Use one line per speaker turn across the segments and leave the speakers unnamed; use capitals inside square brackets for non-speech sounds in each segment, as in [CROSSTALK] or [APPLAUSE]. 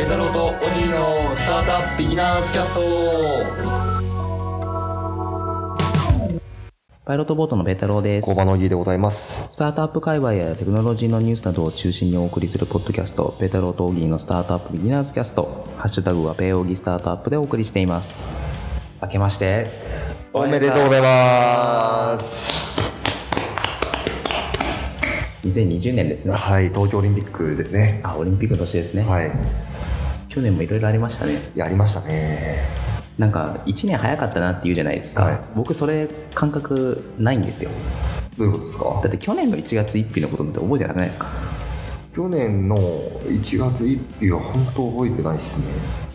イ太郎とオギーのスタートアップビギナーズキャスト
パイロットボートのベータローです
工。場のオギーでございます
スタートアップ界隈やテクノロジーのニュースなどを中心にお送りするポッドキャスト、ベータローとオギーのスタートアップビギナーズキャスト、ハッシュタグはペイオギスタートアップでお送りしています。明けまして、
おめでとうございます
2020年ですね。
はい東京オリンピックでね
あ、オリンピックの年ですね。
はい
去年もいろいろありましたね。
やりましたね
なんか、1年早かったなって言うじゃないですか。
はい
僕、それ、感覚ないんですよ。
どういうことですか
だって去年の1月1日のことなんて覚えてなくないですか。
去年の1月1日は本当覚えてないですね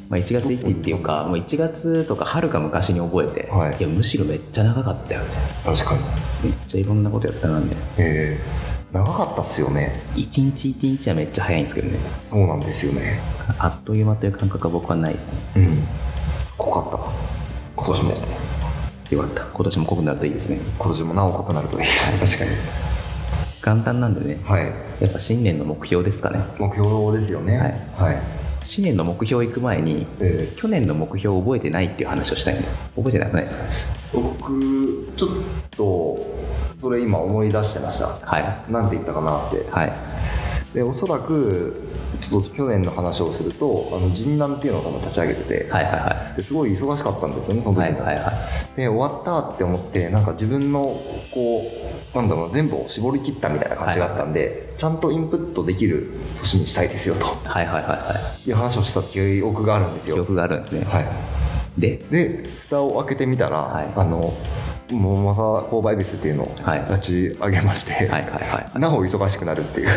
まあ、1月1日っていうかもう1月とかはるか昔に覚えて、
はい
やむしろめっちゃ長かったよみたいな
確かに
めっちゃいろんなことやったなんで
えー、長かったっすよね
一日一日はめっちゃ早いんですけどね
そうなんですよね
あっという間という感覚は僕はないですね
うん濃かった今年も
よかった今年も濃くなるといいですね
今年もなお濃くなるといいです確
元旦なんでね
かにはい
やっぱ新年の目標ですかね
目標ですよねはい、
新年の目標行く前に
え
去年の目標を覚えてないっていう話をしたいんです覚えてなくないですか
ー僕ちょっとそれ今思い出してました
はい
なんて言ったかなって
はい
でおそらくちょっと去年の話をするとあの人難っていうのを多分立ち上げてて、
はいはい
ですごい忙しかったんですよねその時も、
はいはいはいは
で終わったって思ってなんか自分のこうなんだろう全部を絞り切ったみたいな感じがあったんで、ちゃんとインプットできる年にしたいですよと
いはいはいは
いう話をした記憶があるんで
い
す
記
よ
憶があるんですね、
はい
で
で蓋を開けてみたら、
はい
あの桃政購買ビスっていうのを
はい
立ち上げまして、
はいはいはい
なお忙しくなる
[LAUGHS]
っていう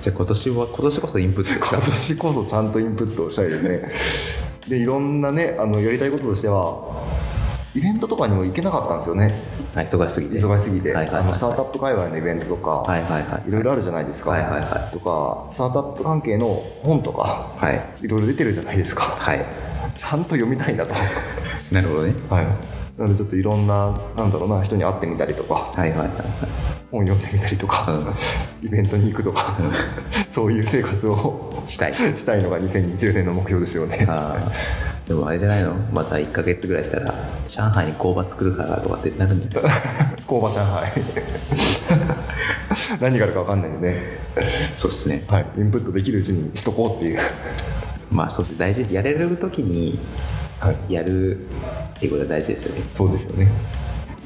じゃあ今年は今年こそインプットです
今
か
年こそちゃんとインプットをしたいですねでいろんなねあのやりたいこととしてはイベントとかにも行けなかったんですよね
はい忙しすぎて
忙しすぎて、
はいはいはい
あのスタートアップ界隈のイベントとか、
はいはいはい
いろいろあるじゃないですか、
はいはいは
とかスタートアップ関係の本とか
はい
いろいろ出てるじゃないですか
はい
ちゃんと読みたいなと
なるほどね
はい、なのでちょっといろんななんだろうな人に会ってみたりとか
はいはいはい
本読んでみたりとか、 [LAUGHS] イベントに行くとか、 [LAUGHS] そういう生活を
したい
したいのが2020年の目標ですよね
あーでもあれじゃないのまた1ヶ月ぐらいしたら上海に工場作るからとかってなるんじゃない
[LAUGHS] 工場上海何があるか分かんないんでね、
[LAUGHS] そうですね
はい、インプットできるうちにしとこうっていう、
まあそうです大事やれる時に
はい、
やるっていうことが大事ですよね
そうですよね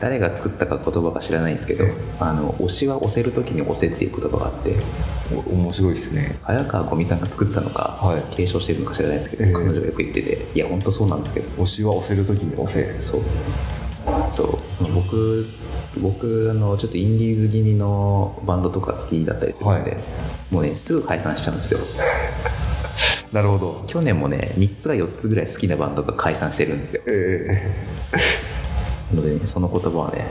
誰が作ったか言葉か知らないんですけど
ええ
あの推しは押せる時に押せっていう言葉があって
お面白いですね
早川五味さんが作ったのか、
はい
継承してるのか知らないですけど、
ええ
彼女がよく言ってていや本当そうなんですけど
押しは押せるときに押せ
そうそう僕僕あのちょっとインディーズ気味のバンドとか好きだったりするんで、
はい
もうねすぐ解散しちゃうんですよ
なるほど
去年もね3つか4つぐらい好きなバンドが解散してるんですよ
え
なので、ね、その言葉はね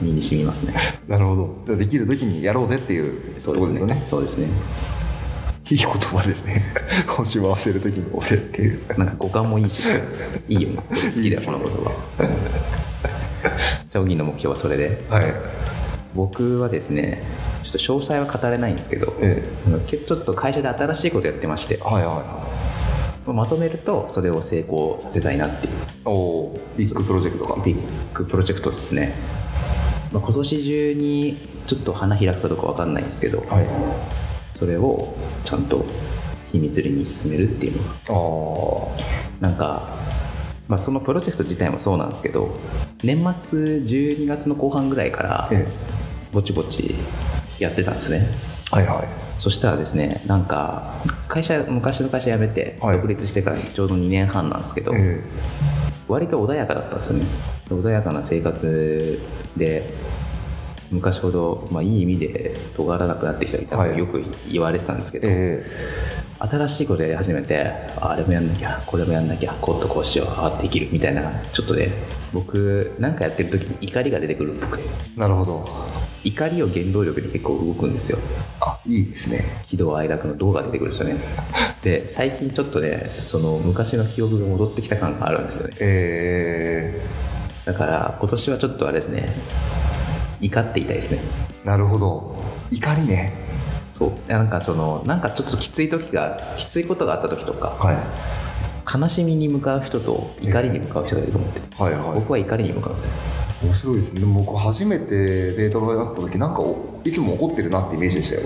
身に染みます
[LAUGHS]
ね
えなるほどじゃあできるときにやろうぜっていうと
そう
こ
で
ろです
す
よ
ね
ね
そうですね
いい言葉ですね [LAUGHS] 押しは押せるときに押せっていう
なんか五感もいいし [LAUGHS] いいよね好
[LAUGHS]
きだよこの言葉じゃあ荻の目標はそれで
はい
僕はですねちょっと詳細は語れないんですけど、
え
けちょっと会社で新しいことやってまして
はいはいは
まとめるとそれを成功させたいなっていう
いおおビッグプロジェクトか
ビッグプロジェクトですね、まあ、今年中にちょっと花開くかどうかわかんないんですけど、
はい
それをちゃんと秘密裏に進めるっていうの
ああ
がなんか、まあ、そのプロジェクト自体もそうなんですけど年末12月の後半ぐらいから
え
ぼちぼちやってたんですね
えはいはい
そしたらですねなんか会社昔の会社辞めて
はい
独立してからちょうど2年半なんですけど、
え
割と穏やかだったんですよね穏やかな生活で昔ほど、まあ、いい意味で尖らなくなってきたみたいなこと
はい
よく言われてたんですけ
え
ど、
え
新しいことやり始めてああれもやんなきゃこれもやんなきゃこうとこうしようああできるみたいなちょっとね僕なんかやってる時に怒りが出てくる僕
えなるほど
怒りを原動力に結構動くんですよ
あいいですね
喜怒哀楽の動が出てくるんですよねで最近ちょっとねその昔の記憶が戻ってきた感があるんですよね
え
だから今年はちょっとあれですね怒っていたいですね
えなるほど怒りね
そういやなんかそのなんかちょっときつい時がきついことがあった時とか
はい
悲しみに向かう人と怒りに向かう人がいると思って、
はいはい
僕は怒りに向かうんですよ
面白いですねでも僕初めてデータロイ会った時なんかおいつも怒ってるなってイメージでしたよ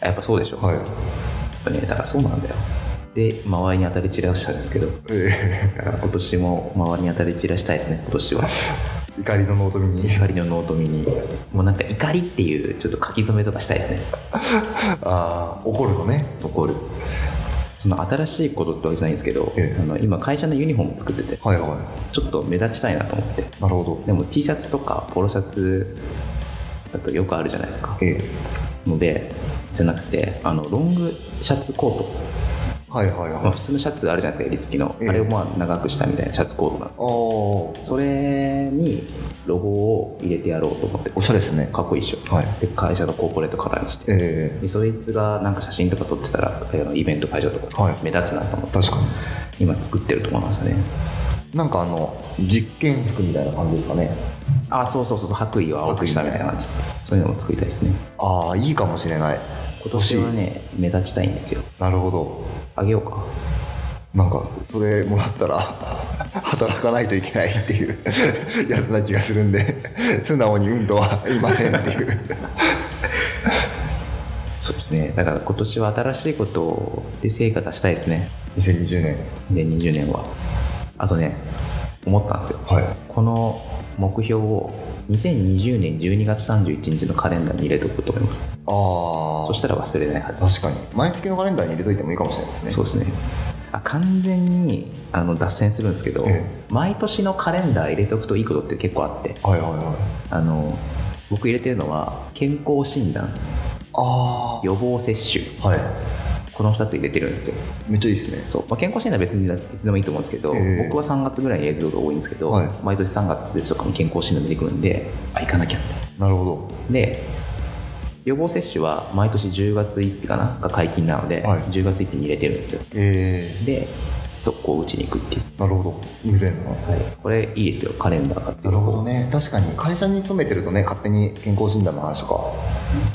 やっぱそうでしょ、
はい
やっぱねだからそうなんだよで周りに当たり散らしたんですけど
え
今年も周りに当たり散らしたいですね今年
[LAUGHS]
は
え怒りのノート見に
怒りのノート見にもうなんか怒りっていうちょっと書き初めとかしたいですね
ああ怒るのね
怒るその新しいことってわけじゃないんですけど、
ええ
あの今会社のユニフォーム作ってて
はいは
ちょっと目立ちたいなと思って
いなるほど
でも T シャツとかポロシャツだとよくあるじゃないですか
ええ
のでじゃなくてあのロングシャツコート、
はいはい
まあ、
はい
普通のシャツあるじゃないですか襟付きの、
ええ
あれをまあ長くしたみたいなシャツコートなんです
ああ
それにロゴを入れてやろうと思って
おしゃれですね
かっこいいでしょ、
はい
で会社のコーポレートカラーにして
え
でそいつがなんか写真とか撮ってたらあのイベント会場と
はい
か目立つなと思っ
え
て、
確かに
今作ってるところなんですよね
なんかあの実験服みたいな感じですかね
あそうそうそう白衣を青くしたみたいな感じそういうのも作りたいですね
ああいいかもしれない
今年はね目立ちたいんですよ
なるほど
あげようか
なんかそれもらったら [LAUGHS] 働かないといけないっていう [LAUGHS] やつな気がするんで素直に運動は言いませんっていう
そうですねだから今年は新しいことで成果出したいですね
2020年
で20年はあとね思ったんですよ
はい
この目標を2020年12月31日のカレンダーに入れておくと思います
あ
そしたら忘れないはず
あ確かに毎月のカレンダーに入れといてもいいかもしれないですね
そうですねあ完全にあの脱線するんですけど、
え
毎年のカレンダー入れておくといいことって結構あって
はいはいはい
あの僕入れてるのは健康診断
あ
予防接種
あはい
この2つ入れてるんですよ
めっちゃいいですね
そう、まあ、健康診断は別にいつでもいいと思うんですけど、
ええ
僕は3月ぐらいに映像が多いんですけど、
はい
毎年3月ですとかに健康診断出てくるんであ行かなきゃって
なるほ
で予防接種は毎年10月1日かなが解禁なので、
はい
10月1日に入れてるんですよ
どえ
で速攻打ちに行くっていう、
ー、なるほどインフルエンザの
これいいですよカレンダー活
な
用
る
法
ほどね確かに会社に勤めてるとね勝手に健康診断の話とか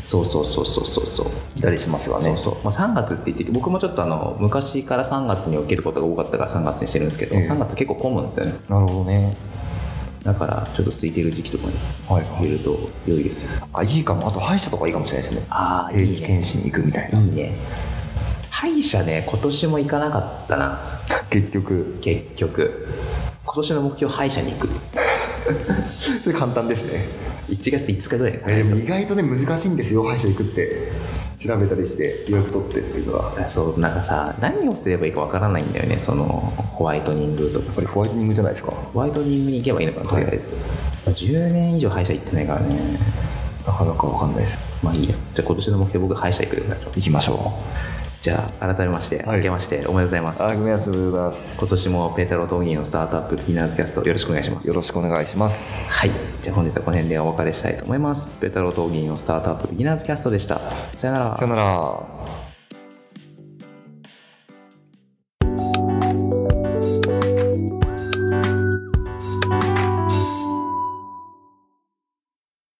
そうそうそうそうそうそう
いたりしますがね
そうそう、まあ、3月って言ってて僕もちょっとあの昔から3月に起きることが多かったから3月にしてるんですけど、
ええ
3月結構混むんですよね
なるほどね
だからちょっと空いてる時期とかに
はい
入れると良いですよ
あいいかもあと歯医者とかいいかもしれないですね
ああ
定
いい
期
ね
検診行くみたい
い
ない
ね歯医者ね今年も行かなかったな
結局
結局今年の目標歯医者に行く
それ簡単ですね、
1月5日ぐらいに
えーでも意外とね難しいんですよ歯医者行くって調べたりして予約取ってっていうのはや
だからそうなんかさ何をすればいいかわからないんだよねそのホワイトニングとか
っぱりホワイトニングじゃないですか
ホワイトニングに行けばいいのかなとりあえず、10年以上歯医者行ってないからね
なかなかわかんないです
まあいいやじゃあ今年の目標僕歯医者行くでお願いします
行きましょう
じゃあ改めまして、
はい
明けましておめでとうございます
あごめんなさいます
今年もペータロー・トーギーのスタートアップビギナーズキャストよろしくお願いします
よろしくお願いします
はいじゃあ本日はこの辺でお別れしたいと思いますペータロー・トーギーのスタートアップビギナーズキャストでしたさよなら
さよなら